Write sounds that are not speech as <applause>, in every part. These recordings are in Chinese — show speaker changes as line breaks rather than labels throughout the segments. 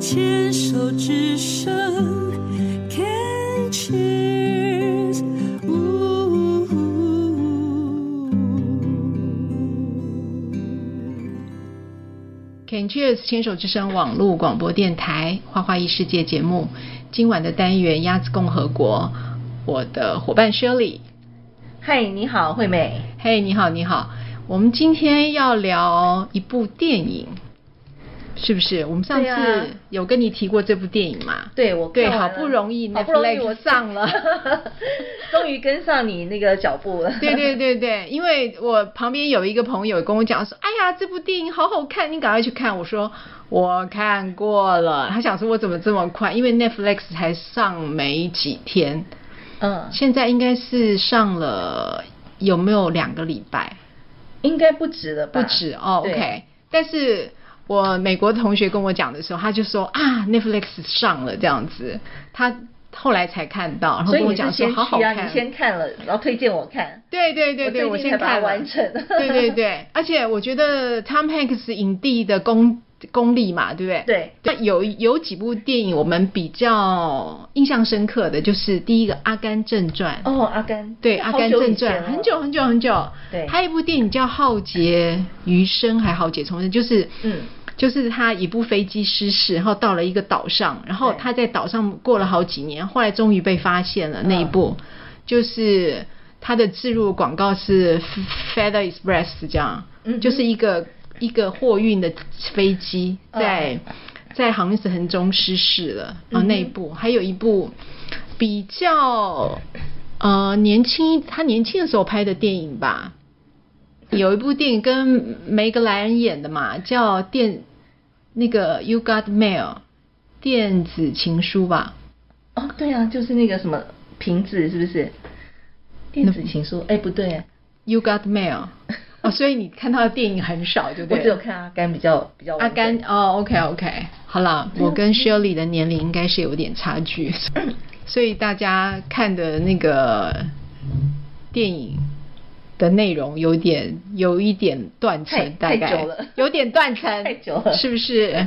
牵手之声，Can cheers。
Can Cheers 牵手之声网络广播电台《花花异世界》节目，今晚的单元《鸭子共和国》，我的伙伴 Shirley，
嗨，你好，惠美。
嘿、你好，你好，我们今天要聊一部电影，是不是？我们上
对啊
次有跟你提过这部电影嘛？
对，我
对，
看
好
完
不
了
容易
好不容易
Netflix
我
上了，
<laughs> 终于跟上你那个脚步了。 <laughs>
对对对对，因为我旁边有一个朋友跟我讲说，哎呀，这部电影好好看，你赶快去看。我说我看过了，他想说我怎么这么快？因为 Netflix 才上没几天，
嗯，
现在应该是上了有没有两个礼拜？
应该不止了吧？
不止哦
对
，OK。但是我美国同学跟我讲的时候，他就说啊，Netflix 上了这样子，他后来才看到，然后
所以
跟我
你是
讲说
先
好好
去啊，
看，
你先看了，然后推荐我看。
对对对对，
我
我
最近
先
才把它
看了
完成
<laughs> 对对对，而且我觉得 Tom Hanks 影帝的功功力嘛，对不对？
<laughs> 对。
那有有几部电影我们比较印象深刻的，就是第一个《阿甘正传》。
哦，阿甘。
对，《
这
阿
好
甘
久
正
以
传
前》了哦
很久很久很久。
对
还有一部电影叫《浩劫余生》，还《浩劫重生》，就是
嗯
就是他一部飞机失事，然后到了一个岛上，然后
对
他在岛上过了好几年，后来终于被发现了。那一
嗯
部、就是他的置入广告是 Feather Express 这样，
嗯哼
就是一个一个货运的飞机
嗯
在、在航程中失事了。啊、
嗯哼
那一部还有一部比较呃年轻，他年轻的时候拍的电影吧。有一部电影跟梅格莱恩演的嘛，叫电那个《You Got Mail》电子情书吧？
哦，对啊，就是那个什么瓶子，是不是？电子情书？哎，不对，
You Got Mail 哦，所以你看到的电影很少，对不
我
对？
只有看阿甘比较比较完
阿甘
整
哦，OK OK，好
<laughs>
啦，我跟 Shirley 的年龄应该是有点差距，所以大家看的那个电影的内容有点有一点断层
太，
大
太
概
久了
有点断层，
<laughs> 太久了
是不是？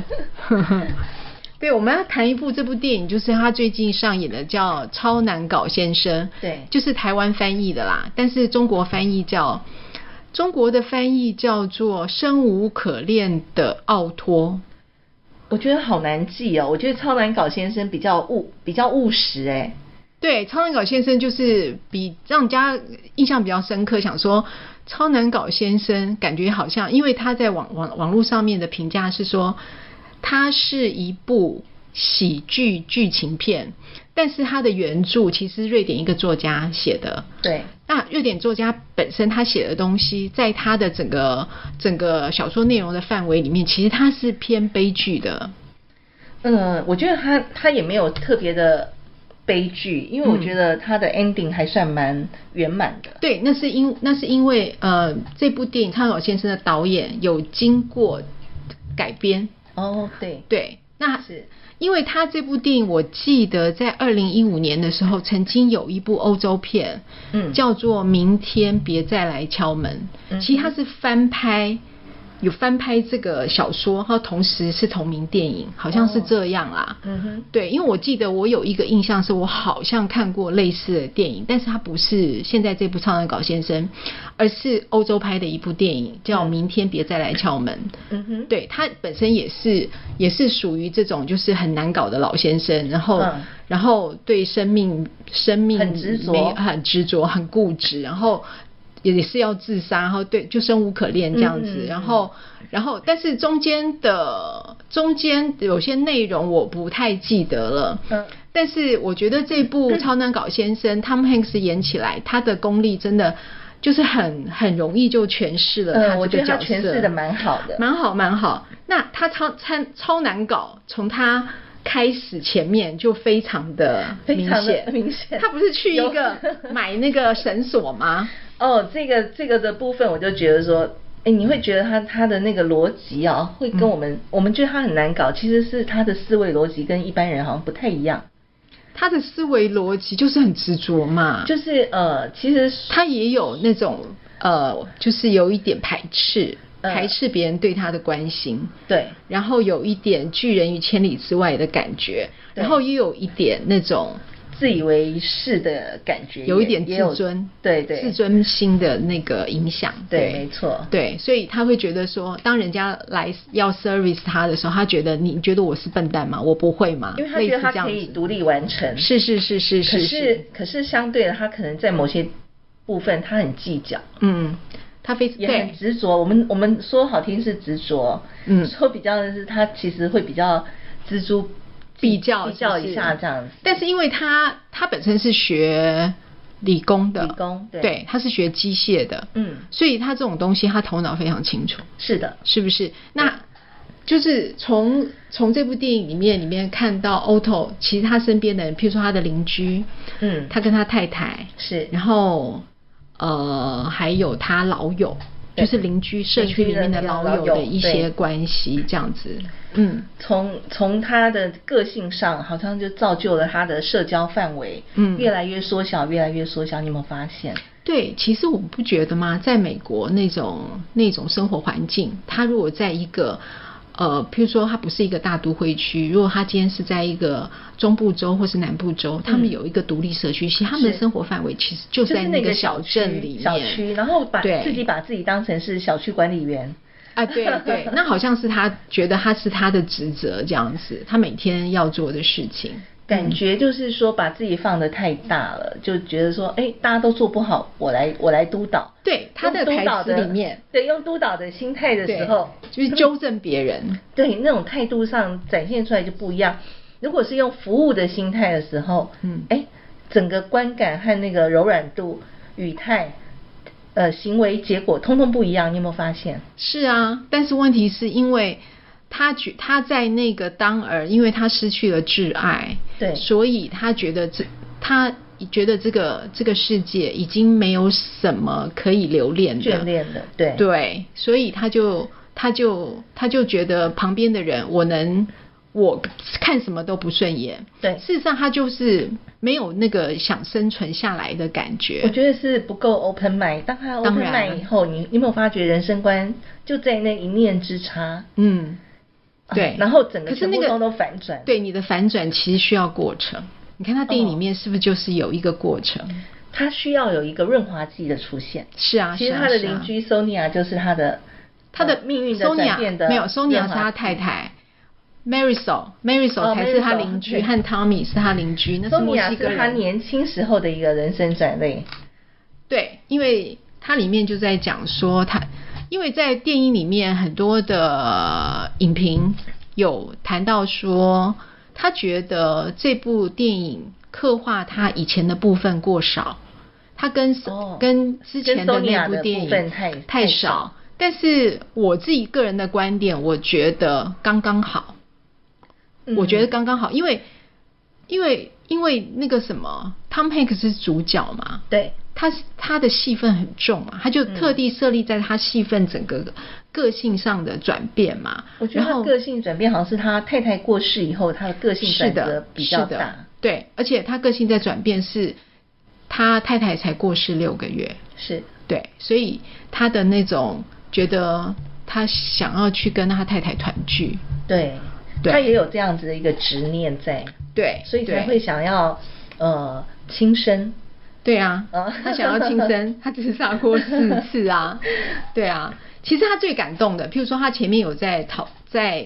<laughs> 对，我们要谈一部这部电影，就是他最近上演的叫《超难搞先生》，
对
就是台湾翻译的啦，但是中国翻译叫中国的翻译叫做《生无可恋的奥托
我觉得好难记哦，我觉得超难搞先生比较务比较务实哎、》。
对，超难搞先生就是比让人家印象比较深刻，想说超难搞先生感觉好像，因为他在网网网络上面的评价是说，它是一部喜剧剧情片，但是它的原著其实是瑞典一个作家写的，
对，
那瑞典作家本身他写的东西，在他的整个整个小说内容的范围里面，其实他是偏悲剧的。
嗯，我觉得他他也没有特别的悲剧，因为我觉得他的 ending 还算蛮圆满的。
对，那是因那是因为呃，这部电影《苍老先生》的导演有经过改编，
哦，对，
对，那
是
因为他这部电影，我记得在二零一五年的时候，曾经有一部欧洲片，
嗯
叫做《明天别再来敲门》，
嗯
其实它是翻拍。有翻拍这个小说，然后同时是同名电影，好像是
哦
这样啦。
嗯哼
对，因为我记得我有一个印象，是我好像看过类似的电影，但是它不是现在这部《超人搞先生》，而是欧洲拍的一部电影，叫《
嗯
明天别再来敲门》。
嗯哼
对他本身也是也是属于这种就是很难搞的老先生，然后、
嗯
然后对生命生命
很执着
没很执着，很固执，然后也也是要自杀，然后对就生无可恋这样子，
嗯嗯嗯
然后然后但是中间的中间有些内容我不太记得了，
嗯
但是我觉得这部
<coughs>
《超难搞先生》汤姆汉克斯演起来，他的功力真的。就是很很容易就诠释了
嗯
他
我
这
觉
个
得
角
他
色，
诠释得蛮好的
蛮好，蛮好。那他超超超难搞，从他开始前面就非常的
非
明
常地
显，
明显
他不是去一
有
个买那个绳索吗？
哦，这个这个的部分，我就觉得说，哎，你会觉得他他的那个逻辑啊，会跟我们、我们觉得他很难搞，其实是他的思维逻辑跟一般人好像不太一样，
他的思维逻辑就是很执着嘛，
就是呃，其实
他也有那种呃，就是有一点排斥，
嗯
排斥别人对他的关心，
对，
然后有一点拒人于千里之外的感觉，
对
然后又有一点那种
自以为是的感觉也，
有一点
也有
自尊，
对对，
自尊心的那个影响，
对，没错，
对，所以他会觉得说，当人家来要 service 他的时候，他觉得你觉得我是笨蛋吗？我不会吗？
因为他
类
觉得
似
他
这样
可以
子
独立完成，
是是是是
可
是
是可是相对的，他可能在某些部分他很计较，
嗯，他非
也很
对
执着。我们我们说好听是执着，
嗯
说比较的是他其实会比较锱铢
比较
比较
就是
一下这样子。
但是因为他他本身是学理工的，
理工对
他是学机械的，
嗯
所以他这种东西他头脑非常清楚，
是的，
是不是？那就是从从这部电影里面里面看到 Otto，其实他身边的人，譬如说他的邻居，
嗯，
他跟他太太，
是
然后呃，还有他老友，就
对
是邻居社区里面的老友的一
邻居的老
些
友对
关系，这样子。嗯
从从他的个性上，好像就造就了他的社交范围，
嗯
越来越缩小，越来越缩小。你有没有发现？
对，其实我不觉得嘛，在美国那种那种生活环境，他如果在一个呃，譬如说他不是一个大都会区，如果他今天是在一个中部州或是南部州，他们
嗯
有一个独立社区，其实他们的
是
生活范围其实就
就是
在
那
个
个
小
区
镇里面，
小区，然后把
对
自己把自己当成是小区管理员，
啊，对对，那好像是他觉得他是他的职责这样子，他每天要做的事情。
感觉就是说把自己放得太大
嗯
了，就觉得说，哎，大家都做不好，我来我来督导。
对他的
用督
台
导
词里面，
对，用督导的心态的时候，
就是纠正别人。
对那种态度上展现出来就不一样。如果是用服务的心态的时候，
嗯
哎，整个观感和那个柔软度、语态、呃行为结果，通通不一样。你有没有发现？
是啊，但是问题是因为他觉他在那个当儿，因为他失去了挚爱，
对
所以他觉得这他觉得这个这个世界已经没有什么可以留恋的，
眷恋的，对
对，所以他就他就他就觉得旁边的人，我能我看什么都不顺眼。
对
事实上他就是没有那个想生存下来的感觉。
我觉得是不够 open mind。当他
当
open
然
mind 以后，你你有没有发觉人生观就在那一念之差？
嗯，对。
然后整个
可是那
全
个
部都都反转
对你的反转其实需要过程。你看他电影里面是不是就是有一个过程？
他需要有一个润滑剂的出现。
是啊，
其
是
实
啊
他的
是啊
邻居 Sonia 就是他的
他的
呃命运的转
Sonia
变的
没有 Sonia
润
是
滑
他
剂
太太，Marisol，Marisol
哦
才是他
Marisol，
邻居，
对
和 Tommy 是他邻居，那是墨
Sonia
西哥
是他
人。
年轻时候的一个人生转类，
对，因为它里面就在讲说他，因为在电影里面很多的影评有谈到说，他觉得这部电影刻画他以前的部分过少，他跟、
哦
跟之前
跟
那
Sonia
部
的
电
部分
影
太
太
太
少
少。
但是我自己个人的观点，我觉得刚刚好。
嗯
我觉得刚刚好，因为因为因为那个什么，Tom Hanks 是主角嘛，
对
他他的戏份很重嘛，他就
嗯
特地设立在他戏份整个个性上的转变嘛。
我觉得
然
他
后
个性转变好像是他太太过世以后，他的个性
是
转
的
折比较
是的
大。，
对，而且他个性在转变是，他太太才过世六个月，
是
对，所以他的那种觉得他想要去跟他太太团聚，
对，
对
他也有这样子的一个执念在，
对，
所以才
对
会想要呃轻生。
对啊
啊，
他想要轻生，
<laughs>
他自杀过四次啊，对啊。其实他最感动的，譬如说他前面有在讨在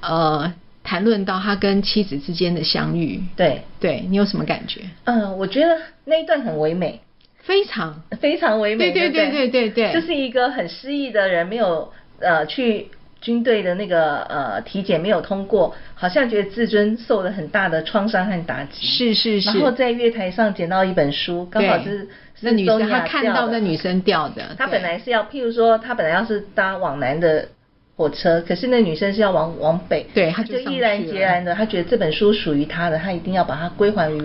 呃谈论到他跟妻子之间的相遇，
对，
对你有什么感觉？
嗯、我觉得那一段很唯美，
非常
非常唯美。
对
不
对
对
对对对对
就是一个很失意的人，没有呃去军队的那个呃体检没有通过，好像觉得自尊受了很大的创伤和打击。
是是是
然后在月台上捡到一本书，刚好
对
是
那女生，
是 Sonia
他看
掉
到
的
那女生掉的，
他
对
本来是要，譬如说，他本来要是搭往南的火车，可是那女生是要往往北，
对
他
他就上
啊毅
去
然
了
决然的，他觉得这本书属于他的，他一定要把它归还于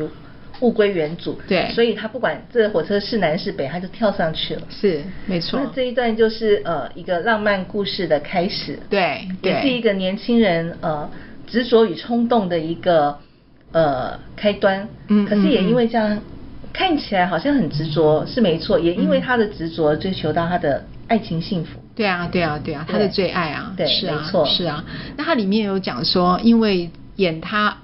物归原主，
对
所以他不管这火车是南是北，他就跳上去了。
是没错
那，这一段就是呃一个浪漫故事的开始，
对
也是
对
一个年轻人呃执着与冲动的一个呃开端。
嗯
可是也
嗯嗯
因为这样，
嗯
看起来好像很执着是没错，也因为他的执着追求到他的爱情幸福。
对啊，对啊，对啊，他
对
的最爱啊，
对
是啊
没错，
是啊。那它里面有讲说，因为演他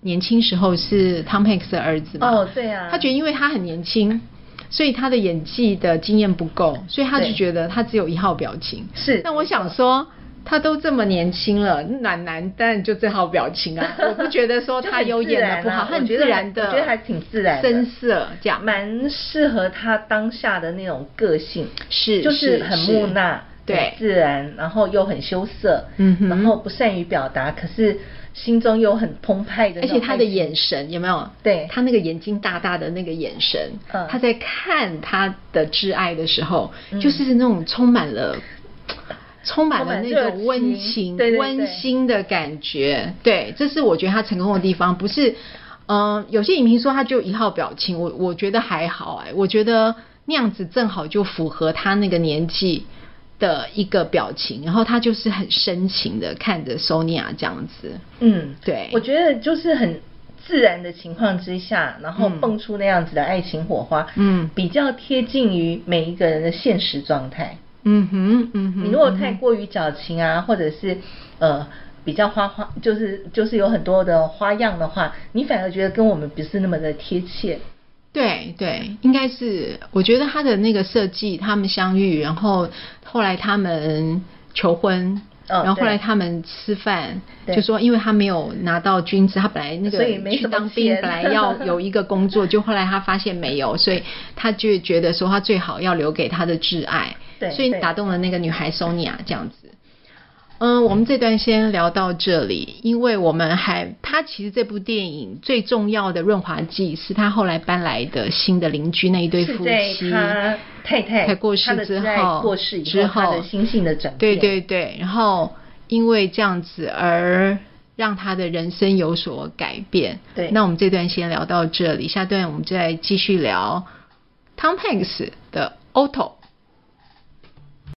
年轻时候是 Tom Hanks 的儿子嘛，
哦对啊
他觉得因为他很年轻，所以他的演技的经验不够，所以他就
对
觉得他只有一号表情。
是
那我想说。他都这么年轻了，暖男当然就这好表情
<laughs>
啊！我不觉得说他有演的不好，
就
他很
很
自
自
然
然啊
的，
我觉得还我觉得还挺自然的
深色这样，
蛮适合他当下的那种个性，
是
就是很木讷，
对
很自然，然后又很羞涩，
嗯哼
然后不善于表达，可是心中又很澎湃的
而
那种
且
爱情，
他的眼神有没有？
对
他那个眼睛大大的那个眼神，
嗯
他在看他的挚爱的时候，
嗯
就是那种充满了。充满了
充满
那
热
种温情、
情对对对
温馨的感觉，对，这是我觉得他成功的地方，不是，嗯、有些影评说他就一号表情，我我觉得还好哎、我觉得那样子正好就符合他那个年纪的一个表情，然后他就是很深情的看着 Sonia 这样子，
嗯，
对
我觉得就是很自然的情况之下，然后
嗯
蹦出那样子的爱情火花，
嗯
比较贴近于每一个人的现实状态。
嗯哼，嗯哼，
你如果
嗯哼
太过于矫情啊，或者是呃比较花花，就是就是有很多的花样的话，你反而觉得跟我们不是那么的贴切。
对对，应该是，我觉得他的那个设计，他们相遇，然后后来他们求婚。
哦
然后后来
对
他们吃饭，
对
就说因为他没有拿到军资，他本来那个
所以没
去
什么
当兵
钱
本来要有一个工
<laughs>
作，就后来他发现没有，所以他就觉得说他最好要留给他的挚爱，
对
所以
对
打动了那个女孩 Sonia 这样子。嗯，我们这段先聊到这里，因为我们还他其实这部电影最重要的润滑剂是他后来搬来的新的邻居那一对
是
夫
在
妻，
他太太
才过
他
世
的
之
挚爱
后，
过世以后
之
他
后
的心性的转
对
变
对对，然后因为这样子而让他的人生有所改变。
对
那我们这段先聊到这里，下段我们再继续聊 Tom Hanks 的 Otto。